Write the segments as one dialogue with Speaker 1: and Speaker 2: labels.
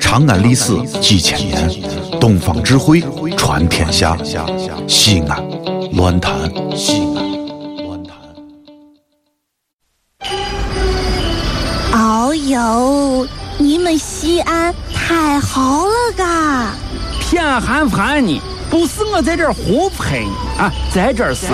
Speaker 1: 长安历史几千年，东方智慧传天下。西安，乱谈西安，乱谈。
Speaker 2: 哦呦，你们西安太好了嘎！啊
Speaker 3: 偏寒寒你，不是我在这儿胡喷你啊，在这儿是，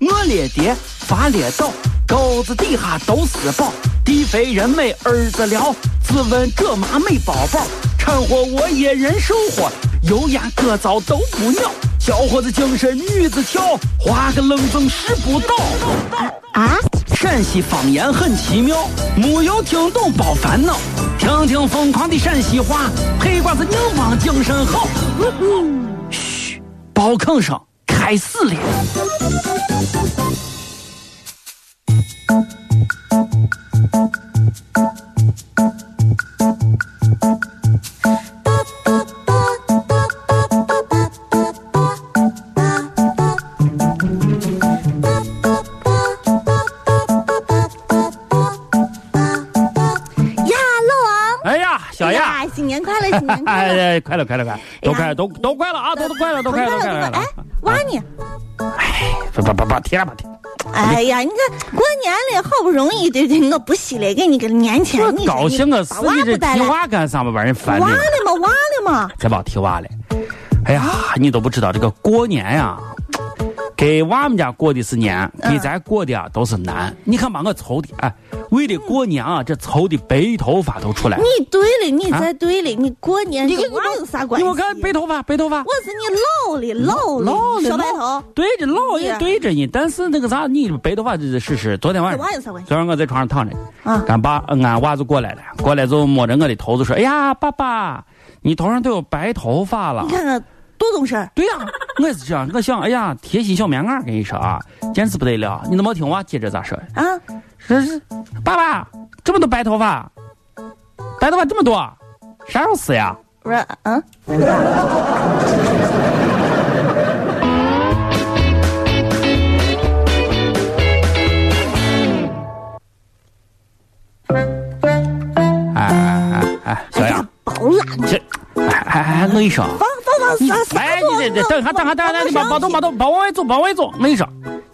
Speaker 3: 我列爹发列倒，沟子底下都是宝，地肥人美儿子了，自问这妈没宝宝，掺和我也人生活，油盐各糟都不尿，小伙子精神女子俏，花个愣风拾不到。
Speaker 2: 啊，
Speaker 3: 陕西方言很奇妙，没有听懂别烦恼，听听疯狂的陕西话，黑瓜子硬邦精神好。嘘，包吭声开始了。
Speaker 2: 呀，老
Speaker 3: 哎呀，小
Speaker 2: 王，
Speaker 3: 亚，
Speaker 2: 呀，新年快 乐，新年快乐！哎
Speaker 3: 哎，快了，快了，快了，都快了，都都快了啊，都都快了，都快了，都
Speaker 2: 快
Speaker 3: 快了。啊
Speaker 2: 哎，娃你，
Speaker 3: 不不不不，提了吧，提。
Speaker 2: 哎呀，你看过年了，好不容易对不对？我不惜了，给你个年前，你说
Speaker 3: 高
Speaker 2: 你
Speaker 3: 兴啊，死
Speaker 2: 把娃
Speaker 3: 你
Speaker 2: 不
Speaker 3: 这
Speaker 2: 带
Speaker 3: 提
Speaker 2: 来，娃
Speaker 3: 娃干啥嘛，把人烦的。
Speaker 2: 了嘛，娃了嘛，
Speaker 3: 再把我提娃了。哎呀，你都不知道这个过年呀、给娃们家过的是年，
Speaker 2: 嗯
Speaker 3: 给咱过的啊都是难。你看把我愁的，哎，为了过年啊，这愁的白头发都出来了。
Speaker 2: 你对了，你
Speaker 3: 啊
Speaker 2: 才对了，你过年
Speaker 3: 你
Speaker 2: 跟
Speaker 3: 你
Speaker 2: 娃有啥关
Speaker 3: 你
Speaker 2: 系？啊
Speaker 3: 我看白头发，白头发，
Speaker 2: 我是你老了，
Speaker 3: 老
Speaker 2: 老
Speaker 3: 了
Speaker 2: 了，小白
Speaker 3: 老
Speaker 2: 头。
Speaker 3: 对着老也对着你，但是那个啥，你白头发这是是昨天晚
Speaker 2: 跟
Speaker 3: 上
Speaker 2: 娃。有啥关系？
Speaker 3: 昨天我在床上躺着，
Speaker 2: 啊
Speaker 3: 俺爸俺娃就过来了，过来就摸着我的头子说：“哎呀，爸爸，你头上都有白头发了。”
Speaker 2: 你看看多懂事儿。
Speaker 3: 对呀、我也是这样。我想，哎呀，贴心小棉袄，跟你说啊，真是不得了。你都没听我接着咋说的？
Speaker 2: 啊，
Speaker 3: 这是爸爸这么多白头发，白头发这么多，啥时候死呀？
Speaker 2: 我说嗯，
Speaker 3: 哎哎哎哎，小
Speaker 2: 哎呀
Speaker 3: 杨，，
Speaker 2: 包烂了，
Speaker 3: 这，哎哎哎，我跟你说，
Speaker 2: 放放放啥啥
Speaker 3: 哎，你这这等下等下等下，等下你把把头把
Speaker 2: 头，
Speaker 3: 头把往外走，往外走。我跟你说，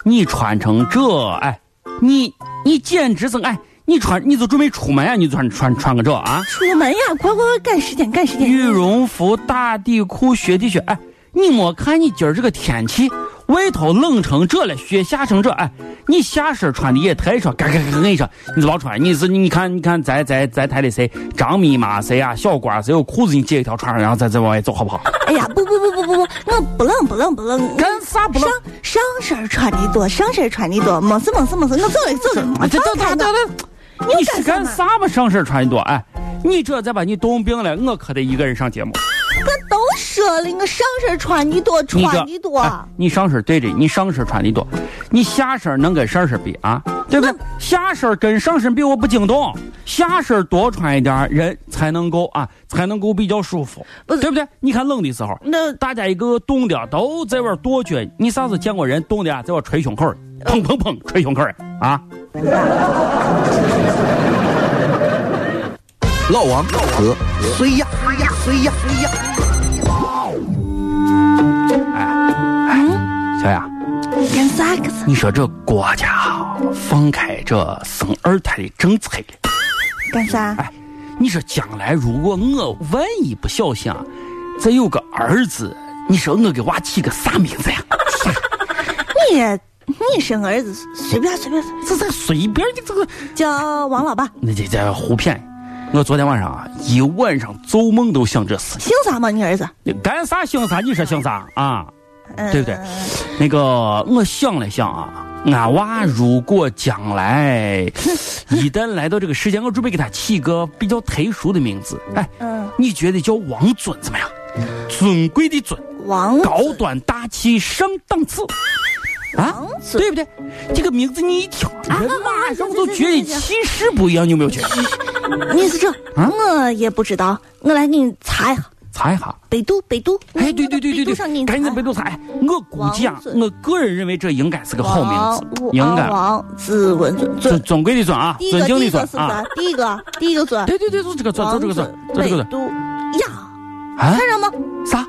Speaker 3: 你穿成这，哎，你你简直是哎，你穿你就准备出门呀，啊你就穿穿穿个这啊。
Speaker 2: 出门呀，快快快，赶时间赶时间。
Speaker 3: 羽绒服、大地裤、雪地靴，哎，你没看你今儿这个天气，外头冷成这了，雪下成这，哎，你下身穿的也太少，赶赶赶赶，跟你说，你老穿，你是你看你看咱咱咱台的谁，张咪妈谁啊，小瓜谁有裤子你借一条穿上，然后再再往外走，好不好？
Speaker 2: 哎呀，不不不不不不，我不冷不冷不冷。
Speaker 3: 干啥不
Speaker 2: 上
Speaker 3: 冷？
Speaker 2: 上身穿的多，上身穿的多，没事没事没事，我走了走了，
Speaker 3: 这这
Speaker 2: 放开
Speaker 3: 这这
Speaker 2: 我。
Speaker 3: 这，你是干啥嘛？上身穿的多，哎，你这再把你冻病了，我可得一个人上节目。
Speaker 2: 我都说了，我上身穿的多，
Speaker 3: 你
Speaker 2: 穿的
Speaker 3: 这，
Speaker 2: 多。
Speaker 3: 哎你上身对着，你上身穿的多，你下身能跟上身比啊？对不对？下身跟上身比，我不惊动。下身多穿一点儿，人才能够啊，才能够比较舒服，
Speaker 2: 不是
Speaker 3: 对不对？你看冷的时候，
Speaker 2: 那
Speaker 3: 大家一个个冻的啊都在外跺脚，你啥时候见过人冻的啊在外捶胸口儿？砰砰砰，捶胸口儿啊！
Speaker 4: 老王和谁呀？谁呀？谁呀？谁呀？
Speaker 3: 小雅，
Speaker 2: 干啥干啥
Speaker 3: 你说这国家啊放开这生二胎的政策了。
Speaker 2: 干啥？
Speaker 3: 哎，你说将来如果我万一不小心啊，再有个儿子，你说我给娃起个啥名字呀？
Speaker 2: 你你生儿子随便随便，
Speaker 3: 这这随便你这个，
Speaker 2: 叫王老爸，
Speaker 3: 那这这胡骗。我昨天晚上啊，一晚上做梦都想这事。
Speaker 2: 姓啥嘛？你儿子？
Speaker 3: 你干啥姓啥？你说姓啥啊？
Speaker 2: 嗯
Speaker 3: 对不对？那个，我想了想啊，俺娃如果将来一旦来到这个世界，我准备给他起个比较特殊的名字。哎，
Speaker 2: 嗯，
Speaker 3: 你觉得叫王尊怎么样？尊贵的尊。
Speaker 2: 王
Speaker 3: 高端大气上档次啊，
Speaker 2: 王子
Speaker 3: 对不对？这个名字你一听，
Speaker 2: 啊
Speaker 3: 人马上就觉
Speaker 2: 对对对
Speaker 3: 得
Speaker 2: 对对
Speaker 3: 气势不一样，你有没有觉得？
Speaker 2: 你是这，我也不知道，我来给你查一下，
Speaker 3: 查一下，
Speaker 2: 百度百度。
Speaker 3: 哎，对对对对
Speaker 2: 百度上给
Speaker 3: 对，
Speaker 2: 你
Speaker 3: 赶紧百
Speaker 2: 度。
Speaker 3: 度查。哎我估计啊
Speaker 2: 王，子
Speaker 3: 我个人认为这应该是个好名字，
Speaker 2: 王啊
Speaker 3: 应该啊
Speaker 2: 王子文尊
Speaker 3: 尊
Speaker 2: 尊，
Speaker 3: 尊贵的尊啊
Speaker 2: 第，一
Speaker 3: 尊
Speaker 2: 个
Speaker 3: 敬
Speaker 2: 第
Speaker 3: 的
Speaker 2: 一
Speaker 3: 尊
Speaker 2: 个是
Speaker 3: 啊
Speaker 2: 啥，？第一个第一个尊，
Speaker 3: 对对对，就这个尊，就这个尊，就这个
Speaker 2: 百
Speaker 3: 尊。
Speaker 2: 度
Speaker 3: 啊
Speaker 2: 看什么？
Speaker 3: 啥？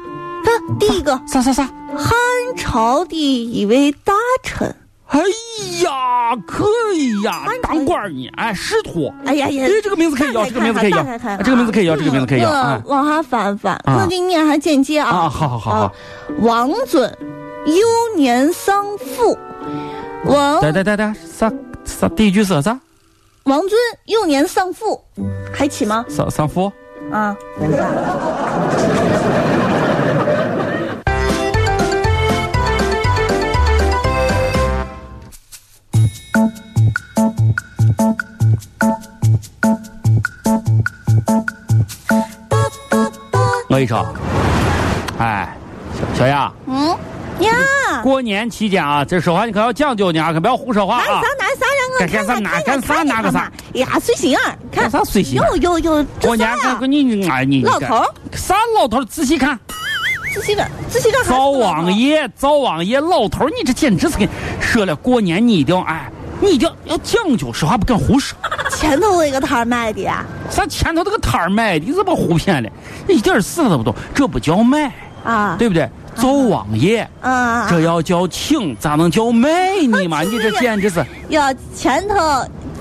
Speaker 2: 看第一个，
Speaker 3: 啥啥啥？
Speaker 2: 汉朝的一位大臣。
Speaker 3: 哎呀，可以呀
Speaker 2: 哎，
Speaker 3: 当官儿呢，哎，师徒。
Speaker 2: 哎呀呀
Speaker 3: 哎，，这个名字可以要，
Speaker 2: 看
Speaker 3: 这个名字可以要，
Speaker 2: 看看看
Speaker 3: 哎这个名字可以要，
Speaker 2: 嗯
Speaker 3: 这个名字可以要
Speaker 2: 嗯
Speaker 3: 啊
Speaker 2: 往下翻翻，
Speaker 3: 啊
Speaker 2: 我给你念下简介啊。
Speaker 3: 啊！好好好好，
Speaker 2: 王准，幼年丧父。王
Speaker 3: 对对对对，啥啥？第一句是啥？
Speaker 2: 王尊幼年丧父，还起吗？
Speaker 3: 丧丧夫？
Speaker 2: 啊，
Speaker 3: 我跟你说，哎，小小丫，
Speaker 2: 嗯呀，
Speaker 3: 过年期间啊，这说话你可要讲究呢啊，可不要胡说话
Speaker 2: 拿
Speaker 3: 啊
Speaker 2: 啥！拿啥让我
Speaker 3: 干
Speaker 2: 看
Speaker 3: 干
Speaker 2: 看
Speaker 3: 啥
Speaker 2: 看
Speaker 3: 拿
Speaker 2: 看
Speaker 3: 干啥
Speaker 2: 看
Speaker 3: 拿个
Speaker 2: 看
Speaker 3: 啥
Speaker 2: 看呀，碎心眼儿，看
Speaker 3: 干啥碎心眼儿
Speaker 2: 有有有，这
Speaker 3: 过年
Speaker 2: 啥呀？
Speaker 3: 你你哎你
Speaker 2: 老头儿
Speaker 3: 啥老头儿？仔细看，
Speaker 2: 仔细点，仔细点， 还是
Speaker 3: 灶
Speaker 2: 老头
Speaker 3: 王爷，灶王爷，老头儿，你这简直是跟说了过年你一定哎，你一定要讲究，说话不敢胡说。
Speaker 2: 前头那个摊儿卖的呀，
Speaker 3: 咱前头这个摊儿卖的，你怎么胡骗了？一点事都不懂，这不叫卖，
Speaker 2: 啊，
Speaker 3: 对不对？灶王爷，
Speaker 2: 啊，
Speaker 3: 这要叫请，咋能叫卖呢嘛？
Speaker 2: 啊
Speaker 3: 你这简直是……
Speaker 2: 要前头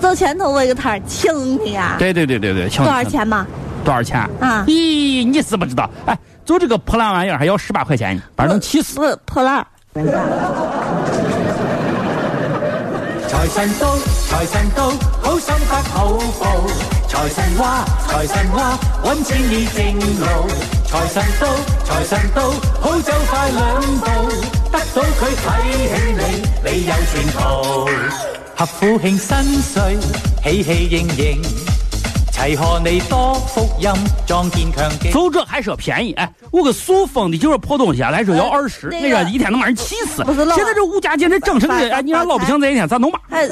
Speaker 2: 走前头那个摊儿，请你啊，
Speaker 3: 对对对对对，请
Speaker 2: 多少？钱嘛？
Speaker 3: 请多少钱？
Speaker 2: 啊
Speaker 3: 咦，你是不知道，哎，就这个破烂玩意儿还要十八块钱呢，把人能气死。
Speaker 2: 不破烂儿。
Speaker 5: 财神到，财神到，好心發好報。財神話，財神話，揾錢已正路。財神到，財神到，好走快兩步，得到佢睇起你，你有前途。合府慶新歲，喜氣盈盈，齊賀你多福音，壯健強勁。
Speaker 3: 就这还说便宜，哎，我个塑封的就是破东西啊，来说要二十，
Speaker 2: 哎那
Speaker 3: 那
Speaker 2: 个
Speaker 3: 个一天能把人气死。
Speaker 2: 不是老
Speaker 3: 现在这物价简直整成这，哎，你让老百姓这一天咋弄吧？
Speaker 2: 哎，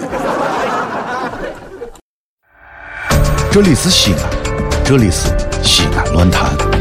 Speaker 1: 这里是西安，这里是西安乱坛。